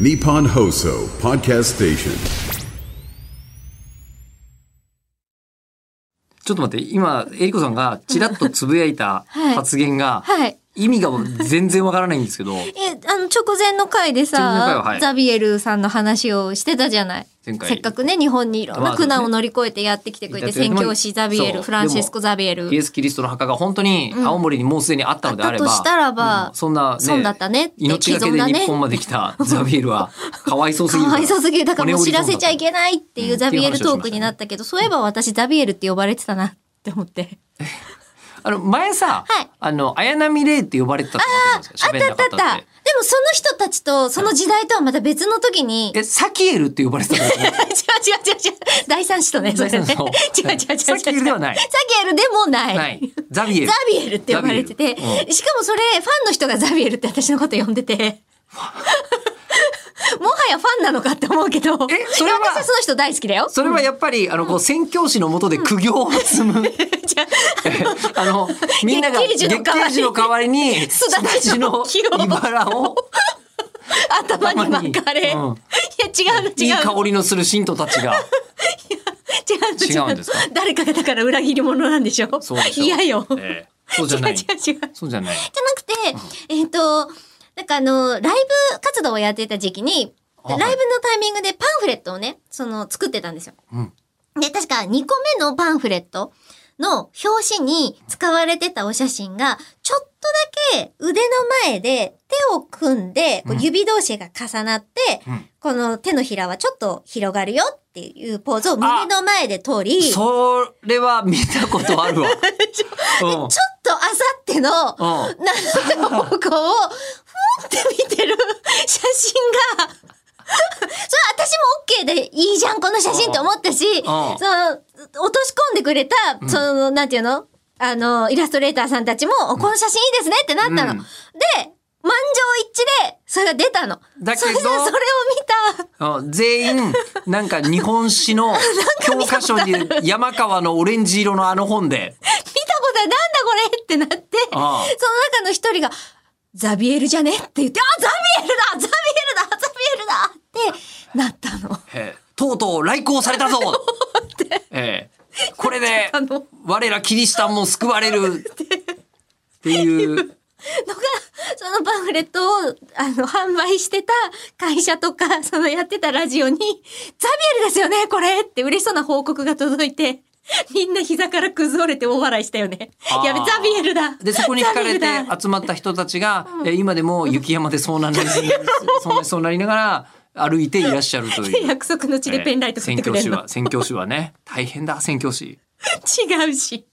Nippon Hoso Podcast Station. ちょっと待って、今、えりこさんがちらっとつぶやいたはい発言が、はい。意味が全然わからないんですけ ど、え、あの、直前の回で直前の回はさ、はいザビエルさんの話をしてたじゃない。前回せっかくね、日本にいろんまあな苦難を乗り越えてやってきてくれて、宣教師ザビエそル、うフランシスコ・ザビエルイエ。ス・キリストの墓が本当に青森にもうすでにあったのであれば、あったとしたらばうんそんな、損だったねって命がけ既存でだね日本まで来 たザビエルは、かわいそうすかぎる。わいそうすぎる。だからもう知らせちゃいない。けないっていうザビエルトークになったけど、そういえば私ザビエルって呼ばれてたなって思って。あの、前さ、はいあの、綾波レイって呼ばれてたと思ってたあんっでたすあよ。喋んったあっなた。かでてもその人たちと、その時代とはまた別の時に、違うえ、サキエルって呼ばれてたと思ってた 違う違う違う。第三子とね、そ れね。違う第三子 違う違う違う。サキエルではないサキエルでもない。ない。ザビエル。ザビエルって呼ばれてて、ザビエルうんしかもそれファンの人がザビエルって私のこと呼んでて。もは やファンなのかって思うけど。えそれはいや私はその人大好きだよ。それはやっぱり、あの、こう、宣教師の下で苦行を積 む。 あの、みんなが月桂樹の代わ月桂樹の代わりりに、すだちの木を茨 を、頭に巻かれ。うんいや違うのいい違う香の。りのする信徒たちが。違うの違うんですか誰かがだから裏切り者なんでしょそうでしょ嫌よ。ええそうじゃ ない。 違う違う違う。そうじゃない。じゃなくて、えっ、と、なんかあの、ライブ活動をやってた時期に、あライブのタイミングでパンフレットをね、その、作ってたんですよ。うんで、確か2個目のパンフレットの表紙に使われてたお写真が、ちょっとだけ腕の前で手を組んで、こううん指同士が重なって、うんこの手のひらはちょっと広がるよっていうポーズを胸の前で取り、ちょそっれは見たことある わ。うんとあさってうんの、なんか方向を、ふーって見てる写真が、それ私も OK でいいじゃん、この写真って思ったし、その、あ落とし込んでくれた、その、なんていうのあの、イラストレーターさんたちも、おこの写真いいですねってなったの。うんで、満場一致で、それが出たの。だけどそれそれを見た、うん全員、なんか日本史の教科書 に山川のオレンジ色のあの本で。見たことないなんだこれってなって、そのああ中の一人が、ザビエルじゃねって言って、あ、ザビエルだザビエルだザビエルだってなったの。ええとうとう来航された ぞええこれであの我らキリシタンも救われるって いうのが、そのパンフレットを、あの、販売してた会社とか、そのやってたラジオに、ザビエルですよね、これって嬉しそうな報告が届いて、みんな膝から崩れて大笑いしたよねあ。ーやべ、ザビエルだでそこに惹かれてザビエルだ集まった人たちが、えー今でも雪山で遭難に 遭難しそうになりながら歩いていらっしゃるという。約束の地でペンライト振ってくえー宣教れ師るの。は宣教師はね大変だ宣教師。違うし。